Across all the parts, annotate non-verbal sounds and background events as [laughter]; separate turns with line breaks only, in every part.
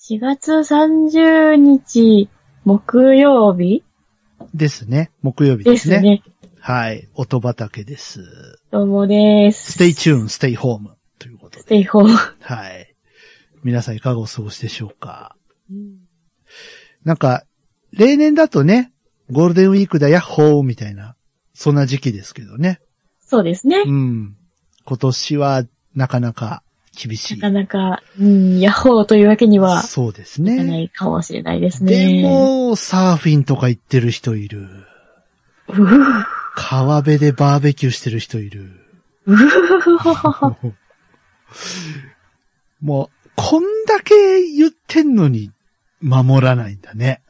4月30日木曜日
ですね。木曜日
で
ですす
ね。
ね。はい。音畑です。
どうもです。
ステイチューン、ステイホーム。ということ
ステ
で。
イホーム。
はい。皆さんいかがお過ごしでしょうかなんか、例年だとね、ゴールデンウィークだ、ヤッホーみたいな、そんな時期ですけどね。
そうですね。
うん。今年はなかなか厳しい
な。かなか、うん、ヤッホーというわけには、
そうです
いかな
ね。
いかもしれないですね。
で、も、サーフィンとか行ってる人いる。
うふふ
川辺でバーベキューしてる人い
[laughs]
る。
うふふふふふ
もう、こんだけ言ってんのに守らないんだね。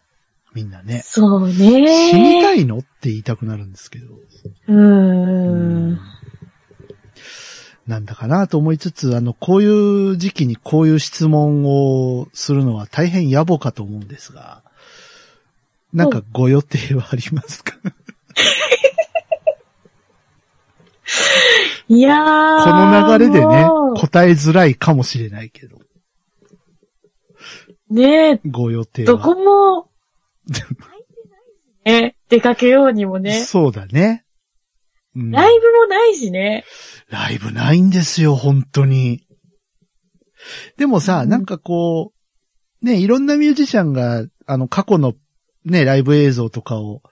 みんなね。
そう
死にた
ね。
いのって言いたくなるんですけど。
うーん。
なんだかなと思いつつ、あの、こういう時期にこういう質問をするのは大変野暮かと思うんですが、なんかご予定はありますかこ
いやー。
の流れでね
も、
答えづらいかもしれないけど、
うねえ、
ご予定は。
どこも、ね、出かけようにもね。
そうだね。うん
ライブもないしね。
ライブないんですよ、本当に。でもさ、
うん
なんかこう、ね、いろんなミュージシャンが、あの、過去のね、ライブ映像とかを、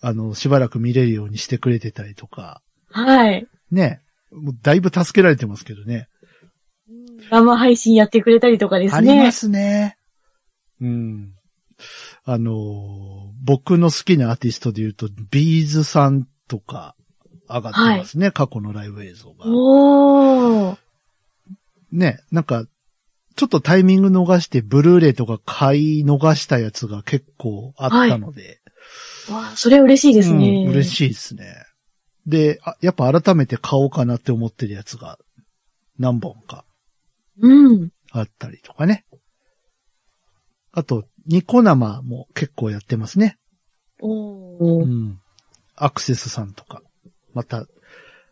あの、しばらく見れるようにしてくれてたりとか、
はい。
ね、もうだいぶ助けられてますけどね。
生配信やってくれたりとかです
ありま
ね。
すね。うん。あの、僕の好きなアーティストで言うと、ビーズさんとか、上がってますね、過去のライブ映像が。
おー。
ね、なんか、ちょっとタイミング逃して、ブルーレイとか買い逃したやつが結構あったので。
わあそれは嬉しいですね。
うん嬉しいですね。であ、やっぱ改めて買おうかなって思ってるやつが何本か
うん。
あったりとかね。あと、ニコ生も結構やってますね。
お
う
ー。
ん。アクセスさんとか。また、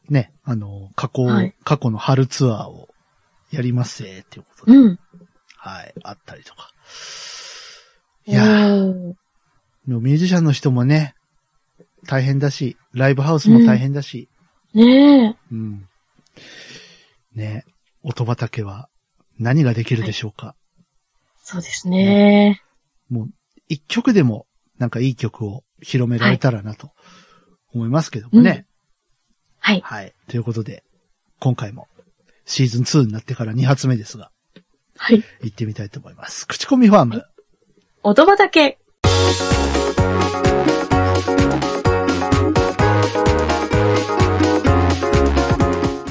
ね、あの、過去、
はい
過去の春ツアーをやりますぜ、っていうことで。
うん。
はい、あったりとか。
お
いやー
ー
もうミュージシャンの人もね、大変だし、ライブハウスも大変だし、
ね
うん。ね、音畑は何ができるでしょうか。
え。そうですね。
一、曲でも、なんかいい曲を広められたらなと思いますけどもね。
はい。
はい。ということで、今回もシーズン2になってから2発目ですが、
はい。
行ってみたいと思います。口コミファーム。
音畑。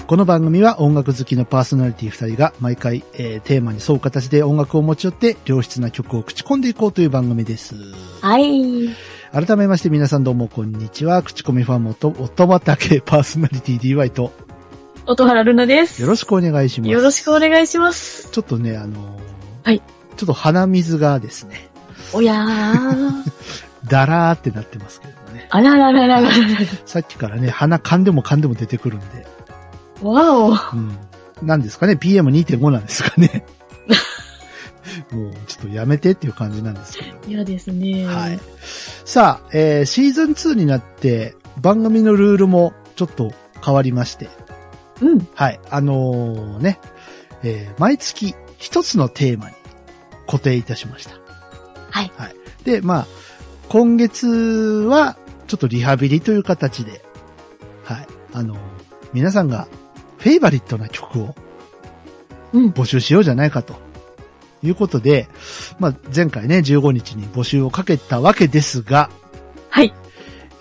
この番組は音楽好きのパーソナリティ2人が毎回、えーテーマに沿う形で音楽を持ち寄って良質な曲を口コんでいこうという番組です。
はい。
改めまして皆さんどうもこんにちは。口コミファンもと、音畑パーソナリティ DY と
音原ルナです。
よろしくお願いします。
よろしくお願いします。
ちょっとね、あのー
はい
ちょっと鼻水がですね、
おやー。
だらーってなってますけどもね。
あらららららら。
さっきからね、鼻噛んでも噛んでも出てくるんで。
わお。
うん。なんですかね ?PM2.5 なんですか
[laughs]
ねもうちょっとやめてっていう感じなんですけど。
嫌ですね。
はい。。さあ、えーシーズン2になって、番組のルールもちょっと変わりまして、
うん。
はい。あのーね、えー毎月一つのテーマに固定いたしました。
はい。
で、まあ、今月は、ちょっとリハビリという形で、はい。あのー皆さんがフェイバリットな曲を
うん。
募集しようじゃないかと。いうことで、まあ、前回ね、15日に募集をかけたわけですが、
はい。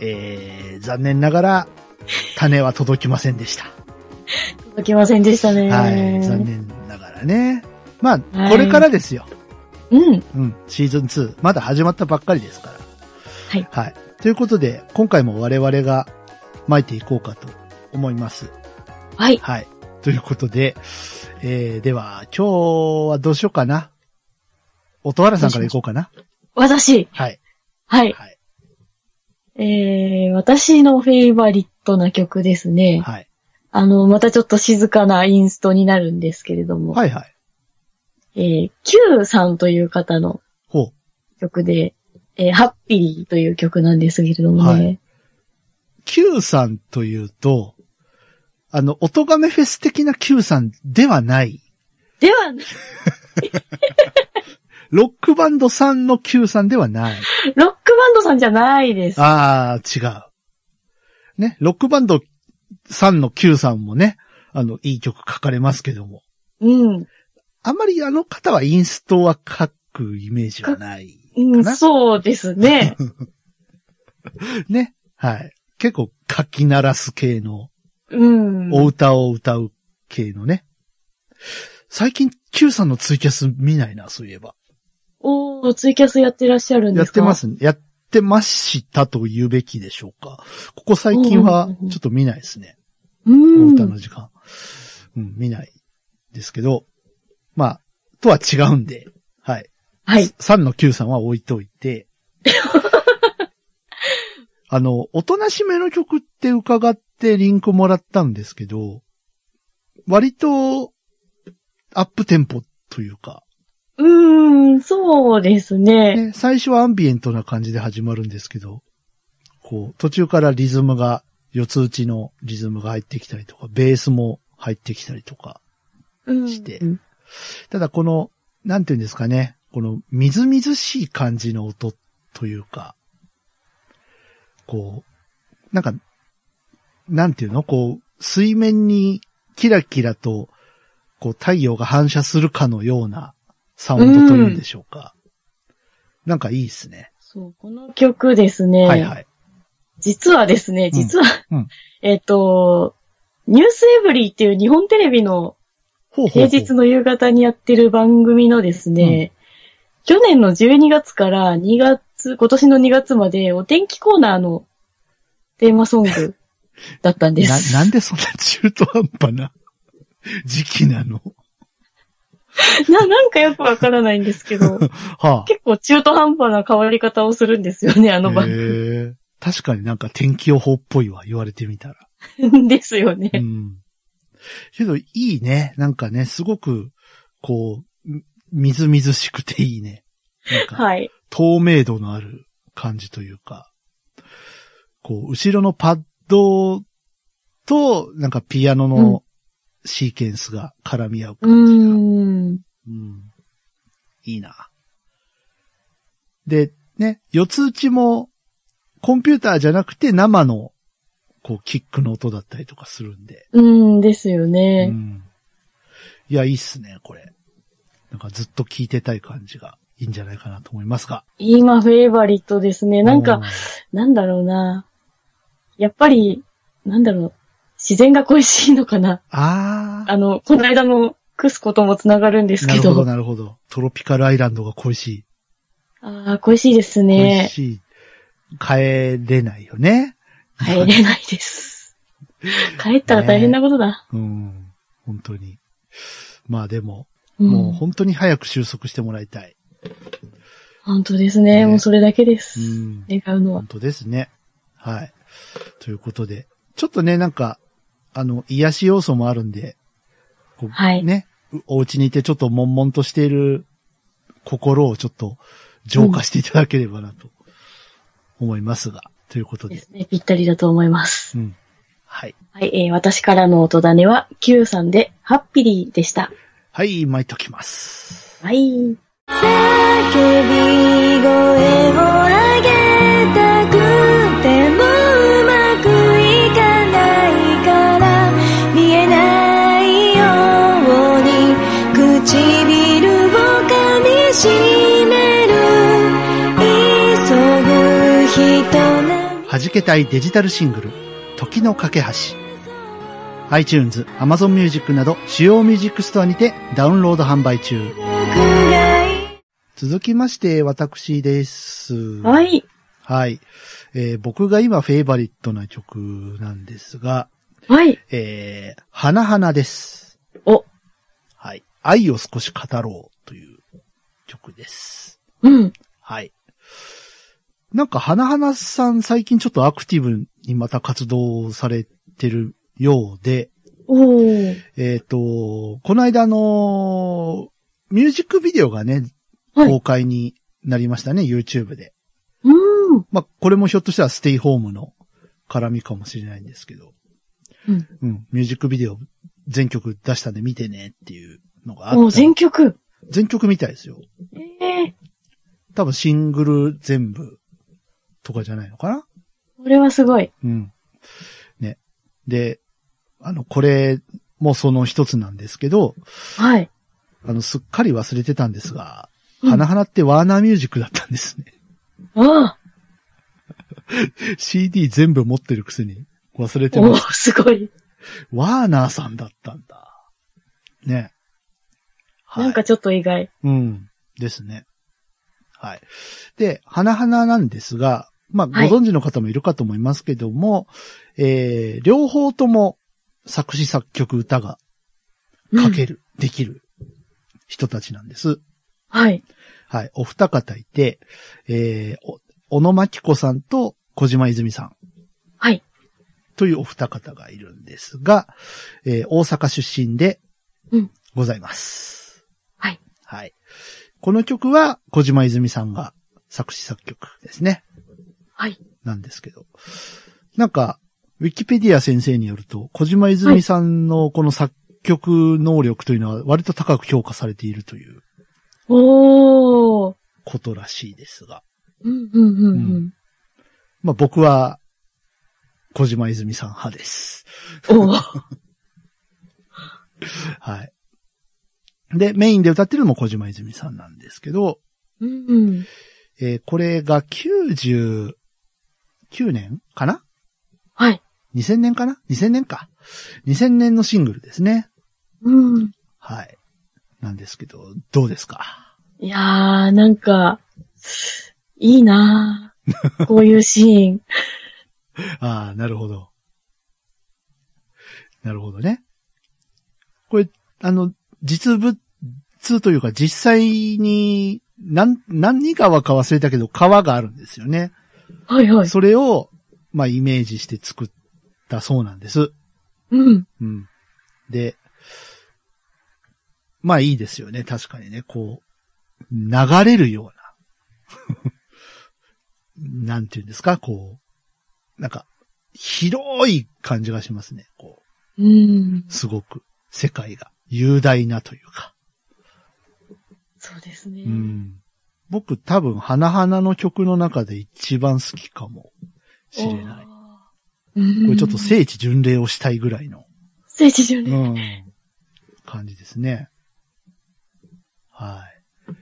えー、残念ながら、種は届きませんでした。
届きませんでしたね。
はい、残念ながらね。ま
は
あ、
い
これからですよ。
うん。
うん、シーズン2。まだ始まったばっかりですから。
はい
はい。ということで、今回も我々が巻いていこうかと思います。
はい。
はい。ということで、えー、では、今日はどうしようかな。音原さんからいこうかな。
私。
はい。
はい。
はい。
えー、私のフェイバリットな曲ですね。
はい。
あの、またちょっと静かなインストになるんですけれども。
はいはい。
えー、Q さんという方の
ほう。
曲で、えーハッピーという曲なんですけれどもね。
はい Q さんというと、あの、音亀フェス的な Q さんではない、
ではない、
ロックバンドさんの Q さんではない。
ロックバンドさんじゃないです。
ああ、違う。ね、ロックバンドさんの Q さんもね、あの、いい曲書かれますけども。
うん。
あんまりあの方はインストは書くイメージはない。
うん、
な
そうです
[laughs]
ね。
ね。はい。結構書き鳴らす系の、
うん。
お歌を歌う系のね。最近 Q さんのツイキャス見ないな、そういえば。
おーツイキャスやってらっしゃるん
や
で
っ
すか
てま。す、ね、やってましたと言うべきでしょうか。ここ最近はちょっと見ないですね。
う
お
ん。
歌の時間。うん、見ないですけど、まあ、とは違うんで、はい。
はい。
3の Q さんは置いと
[laughs]
いて、あの、おとなしめの曲って伺ってリンクもらったんですけど、割と、アップテンポというか、
うーん、そうですね。
ね、最初はアンビエントな感じで始まるんですけど、こう、途中からリズムが、四つ打ちのリズムが入ってきたりとか、ベースも入ってきたりとか、
うん
して
うん
ただこの、なんていうんですかね、このみずみずしい感じの音というか、こう、なんか、なんていうのこう、水面にキラキラと、こう太陽が反射するかのようなサウンドというんでしょうか。なんかいいですね。
そう、この曲ですね。
はいはい。
実はですね、
うん
実は、
うん
えっと、ニュースエブリーっていう日本テレビの
ほうほう
平
ほう。
日の夕方にやってる番組のですね、去年の12月から2月、今年の2月までお天気コーナーのテーマソン
[laughs]
グだったんで
な、
す。
なんでそんな中途半端な [laughs] 時期なの
[laughs] な、なんかよくわからないんですけ
[laughs]
ど、
はあ。
結構中途半端な変わり方をするんですよね、あの番
へー確かになんか天気予報っぽいわ、言われてみたら。
組ですよね。
うん。けど、いいね。なんかね、すごく、こう、みみずみずしくていいね。なんか、
はい。
透明度のある感じというか、こう、後ろのパッドと、なんかピアノ
う
のシーケンスが絡み合う
う
感じが。
ーん。
うん。いいな。で、ね、四つ打ちも、コンピューターじゃなくて生の、こう、キックの音だったりとかするんで。
うんですよ
う
ね。
ん。いや、いいっすね、これ。なんかずっと聴いてたい感じがいいんじゃないかなと思いますが。
今フェイバリットですね。なん
う
か、なんだろうな。やっぱり、なんだろう。自然が恋しいのかな。
あー。
あの、この間のクスコともつながるんです
な
け
るほど、
ど。
なるほど。トロピカルアイランドが恋しい。
ああ、恋しいです
恋
ね。
しい。帰れないよね。
帰れない
[laughs]
です。帰ったら大変なことだ。
うん。本当に。まあでも、
うん、
もう本当に早く収束してもらいたい。
本当ですね
ね
もうそれだけです。
うん。
願うのは
本。当ですね。はい。ということで、ちょっとね、なんか、あの、癒し要素もあるんで、こう
はい
ね、うお家にいてちょっと悶々としている心をちょっと浄化していただければなと思いますが、ということ
で
で、
すね。ぴったりだと思います。
うん。はい。
はい、えー私からの音種は Q さんでハッピリーでした。
はい、巻いときます。
はい。
叫び声を上げたくてもうまくいかないから見えないように唇を噛みしめる急ぐ人な
弾けたいデジタルシングル、時の架け橋。iTunes、Amazon Music など主要ミュージックストアにてダウンロード販売中。
くらい
続きまして、私です。。
はいい。
はい。えー僕が今フェイバリットな曲なんですが、
はい。
えー、花々です。
お、
はい。愛を少し語ろうという曲です。
うん。
はい。なんか、花々さん最近ちょっとアクティブにまた活動されてるようで、
おー。
えっ、と、この間の、ミュージックビデオがね、
はい
公開になりましたね、YouTube で。
うん。
まあ、これもひょっとしたらステイホームの絡みかもしれないんですけど。
うん。
うん、ミュージックビデオ全曲出したんで見てねっていうのがあ
も
っ
う
た。
全曲。
全曲みたいですよ。
ええ
多分シングル全部とかじゃないのかな
これはすごい。
うん。ね。で、あの、これもその一つなんですけど、
はい。
あの、すっかり忘れてたんです
う
が、
ん
花々ってワーナーミュージックだったんですね。 [laughs]
ああ。
CD 全部持ってるくせに忘れて
お
ま
お
した。
すごい。
ワーナーさんだったんだ。ね。はい
なんかちょっと意外。
うん。ですね。はい。で、花々なんですが、まあ、ご
はい
存知の方もいるかと思いますけども、えー、両方とも作詞作曲歌が書
る。
ける、できる人たちなんです。
はい。
はい。お二方いて、えー、お小野真紀子さんと小島泉さん
はい。
というお二方がいるんですが、えー、大阪出身で
うん
ございます。
はい。
はい。この曲は小島泉さんが作詞作曲ですね。
はい。
なんですけど。なんか、ウィキペディア先生によると、小島泉さんのこの作曲能力というのは割と高く評価されているという
おー。
ことらしいですが。
うんうんうんうん。
まあ僕は、小島泉さん派です。
おー。
はい。で、メインで歌ってるのも小島泉さんなんですけど、
うんうん。
えーこれが99年かな
はい。
2000年かな ?2000 年か。2000年のシングルですね。
うん。
はい。なんですけど、どうですか
いやー、なんか、いいな
[laughs]
ーこういうシーン。
ああ、なるほど。なるほどね。これ、あの、実物というか実際に、なん、何川か忘れたけど、川があるんですよね。
はいはい。
それを、まあ、イメージして作ったそうなんです。
うん。
うん。で、まあいいですよね。確かにね、こう、流れるよう [laughs] な。なんていうんですか、こう、なんか、広い感じがしますね。こ
うん
う、。すごく、世界が雄大なというか。
そうですね。
うん。僕多分、花々の曲の中で一番好きかもしれない。
おー。
こ
こ
れちょっと聖地巡礼をしたいぐらいの
聖地巡礼。
うん。感じですね。はい。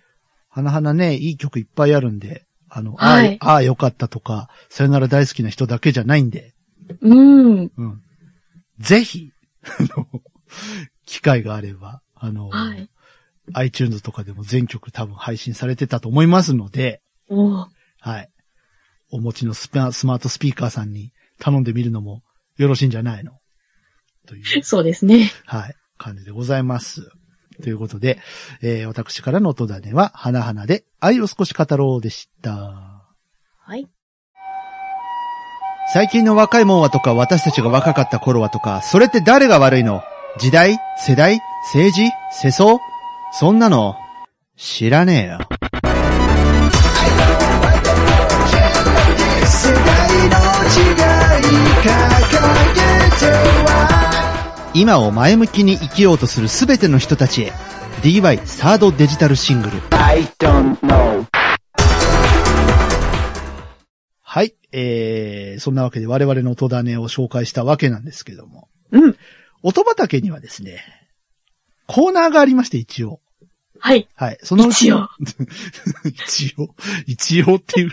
はなはなね、いい曲いっぱいあるんで、あの、
はい
ああ、ああよかったとか、さよなら大好きな人だけじゃないんで、
うん。
うん。ぜひ、あの機会があれば、あの、
はい。
iTunes とかでも全曲多分配信されてたと思いますので、
おー。
はい。お持ちのスパスマートスピーカーさんに頼んでみるのもよろしいんじゃないのという。
そうですね。
はい、感じでございます。ということで、えー私からの音種は、花々で愛を少し語ろうでした。
はい。
最近の若いもんはとか私たちが若かった頃はとか、それって誰が悪いの時代世代政治世相そんなの、知らねえよ。今を前向きに生きようとするすべての人たちへ。DY サードデジタルシングル。
はい、えー、そんなわけで我々の音種を紹介したわけなんですけども、
うん。
音畑にはですね、コーナーがありまして、一応。
はい。
はい、そのうち
一応。
一応、一応っていう。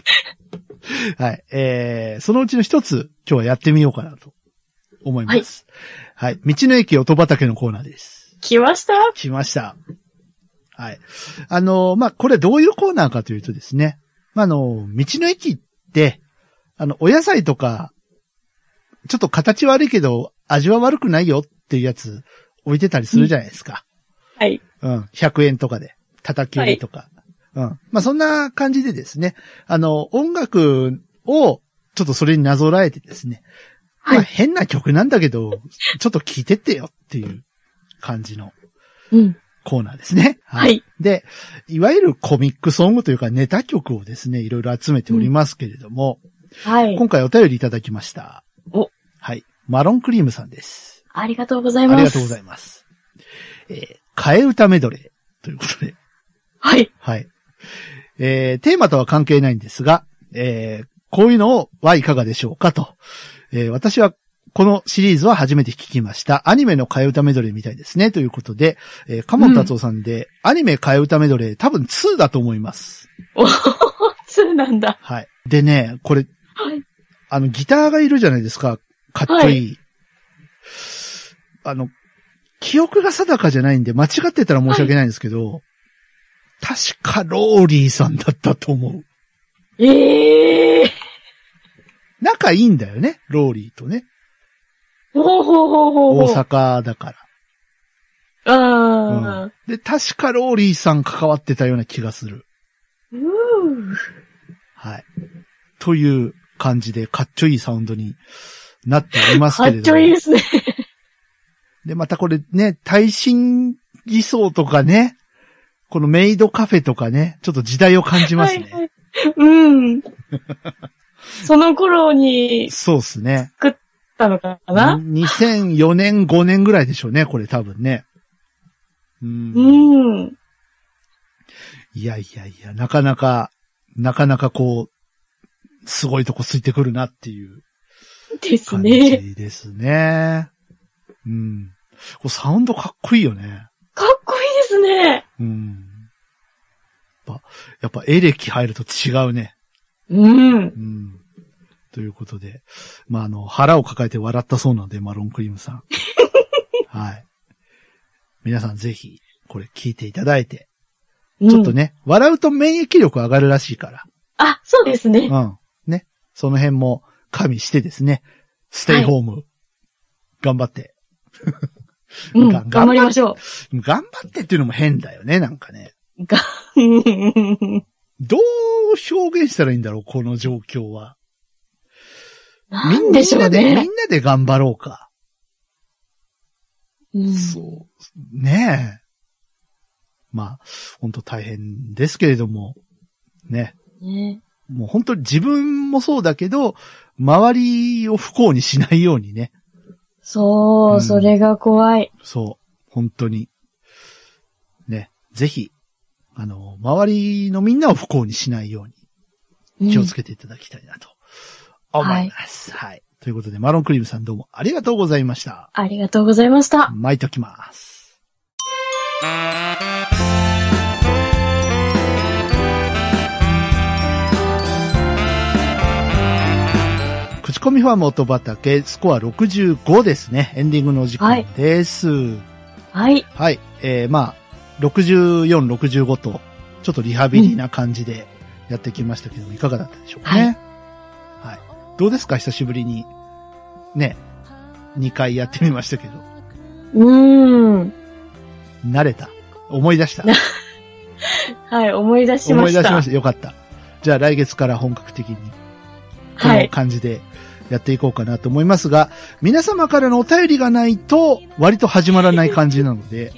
はい、えー、そのうちの一つ、今日はやってみようかなと思います。はい、道の駅音畑のコーナーです。
来ました
来ました。はい。あの、まあ、これどういうコーナーかというとですね、まあ、あの、道の駅って、あの、お野菜とか、ちょっと形悪いけど、味は悪くないよっていうやつ置いてたりするじゃないですか。
はい。
うん。100円とかで、叩き売りとか。うん。まあ、そんな感じでですね、あの、音楽を、ちょっとそれになぞらえてですね、ま
は
あ、
い。
変な曲なんだけど、ちょっと聴いてってよっていう感じの
うん。
コーナーですね。
は。い。
で、いわゆるコミックソングというかネタ曲をですね、いろいろ集めておりますけれども、
はい。
今回お便りいただきました。
お
はい。マロンクリームさんです。
ありがとうござ
あ
い
り
ます。
がとうございます。えー、替え歌メドレーということで、
はい。 [laughs]
はい。えー、テーマとは関係ないんですが、えー、こういうのはいかがでしょうかと。えー、私はこのシリーズは初めて聞きました。アニメの替え歌メドレーみたいですね。ということで、えー、カモン達夫さんで、アニメ替え歌メドレー多分2だと思います。
おー、2なんだ。
はい。でね、これ、
はい。
あの、ギターがいるじゃないですか。かっこいい。あの、記憶が定かじゃないんで、間違ってたら申し訳ないんですけど、確かローリーさんだったと思う。
ええー。
仲いいんだよね、ローリーとね。
ほうほうほうほうほ
大
う。
阪だか
あ
ら。で、確かローリーさん関わってたような気がする。
ー。うー。
はい。という感じで、かっちょいいサウンドになっております
か
けれ
っち
ども。
ょいいですね。
で、またこれね、耐震偽装とかね、このメイドカフェとかね、ちょっと時代を感じますね。
はいはい。うん。 [laughs] その頃に
そうですね。
作ったのかな
2004年、5年ぐらいでしょうね、これ多分ね。うん
うん。
いやいやいや、なかなか、なかなかこう、すごいとこついてくるなっていう
です
感
ね。
じですね。うん。こうサウンドかっこいいよね。
かっこいいですね。
うん。やっぱ、やっぱエレキ入ると違うね。
うん。
うん。ということで。まあ、あの、腹を抱えて笑ったそうなので、マロンクリームさ
[laughs]
ん。はい。皆さんぜひ、これ聞いていただいて。
ち
ちょっと。ね、笑うと免疫力上がるらしいから。
あ、そうですね。
うん。ね。その辺も加味してですね、ステイホーム、頑張って。
うん。
がん
頑張りましょ
頑張ってっていうのも変だよね、なんかね。
う。がうん
どう表現したらいいんだろう、この状況は。
なんでしょう
みんなで、
ね
み。んなで頑張ろうか。
うん
そう。ねえ。まあ、ほんと大変ですけれども、ね。
ね
もう本当に自分もそうだけど、周りを不幸にしないようにね。
そうう、
ん
それが怖い。
そう。本当に。ね。ぜひ、あの、周りのみんなを不幸にしないよう
うん
に気をつけていただきたいなと思います。はい、ということで、マロンクリームさんどうもありがとうございました。
ありがとうございました。
巻いときます。口コミファーム音畑、スコア65ですね。エンディングのお時間です。はい。
はい。
えー、まあ、64、65と、ちょっとリハビリな感じでやってきましたけども、いかがだったでしょうかね。はい。どうですか久しぶりに。ね、2回やってみましたけど。
うーん。
慣れた。思い出 [laughs] した。
はい、思い出しま
思い
し。
出したました。よかった。じゃあ来月から本格的に、こ
は
の
い。
感じでやっていこうかなと思いますが、皆様からのお便りがないと、割と始まらない感じなので、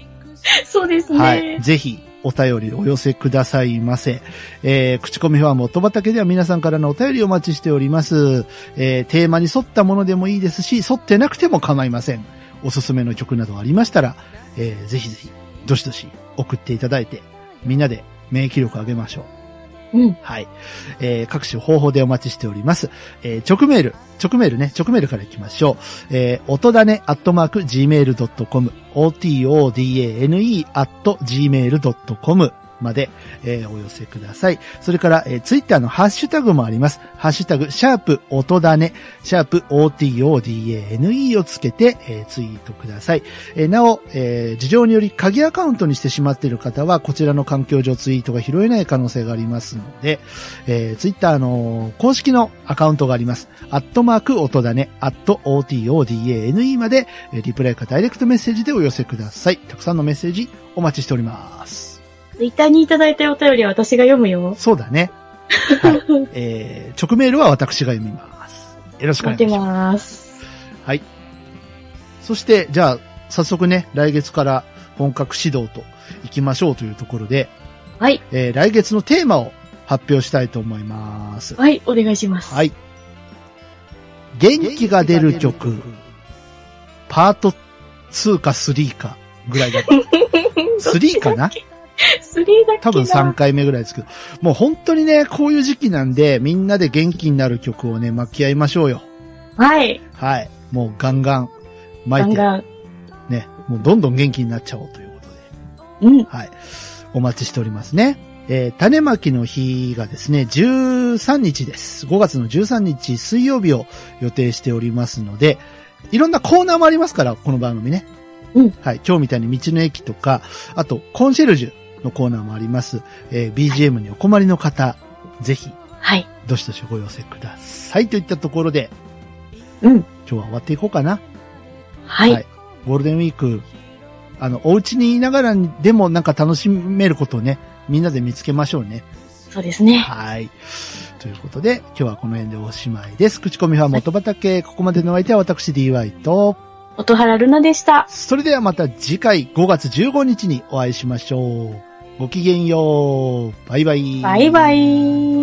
そうですね。
はい。ぜひ、お便りお寄せくださいませ。えー、口コミファーム音畑では皆さんからのお便りをお待ちしております。えー、テーマに沿ったものでもいいですし、沿ってなくても構いません。おすすめの曲などありましたら、えー、ぜひぜひ、どしどし送っていただいて、みんなで免疫力上げましょう。
うん。
はい。えー各種方法でお待ちしております。えー直メール、直メールね、直メールから行きましょう。えー、音だね、アットマーク、gmail.com、otodane、アット、gmail.com まで、えーお寄せください。それから、えー、ツイッターのハッシュタグもあります。ハッシュタグ、シャープ、音だね、シャープ、otodane をつけて、えーツイートください。えーなお、えー事情により鍵アカウントにしてしまっている方は、こちらの環境上ツイートが拾えない可能性がありますので、えー、ツイッターの公式のアカウントがあります。アットマーク音だね、アット otodane まで、えーリプライかダイレクトメッセージでお寄せください。たくさんのメッセージお待ちしております。
ツイッターにいただいたお便りは私が読むよ。
そうだね。はい。
[laughs]
えー直メールは私が読みます。よろしくお願
待
いし
ってま
ます。
す。
はい。そして、じゃあ、早速ね、来月から本格始動と行きましょうというところで、
はい。
えー来月のテーマを発表したいと思います。
はい、お願いします。
はい。元気が出る曲、パート2か3かぐらいだった。3かな
スリーだっけな
多分3回目ぐらいですけど。もう本当にね、こういう時期なんで、みんなで元気になる曲をね、巻き合いましょうよ。
はい。
はい。もうガンガン
ガ
巻
ン
いて、
ガン。
ね、もうどんどん元気になっちゃおうということで。
うん。
はい。お待ちしておりますね。えー種まきの日がですね、13日です。5月の13日水曜日を予定しておりますので、いろんなコーナーもありますから、この番組ね。
うん
はい。今日みたいに道の駅とか、あと、コンシェルジュのコーナーもあります。えー BGM にお困りの方、ぜひ、
はい。
どしどしご寄せください。といったところで、
うん。
今日は終わっていこうかな。
はい。
はいゴールデンウィーク、あの、お家にいながらにでもなんか楽しめることをね、みんなで見つけましょうね。
そうですね。
はい。ということで、今日はこの辺でおしまいです。口コミファン元畑、ここまでのお相手は私 DY と、
音原ルナでした。
それではまた次回5月15日にお会いしましょう。ごきげんよう。バイバイ。
バイバイ。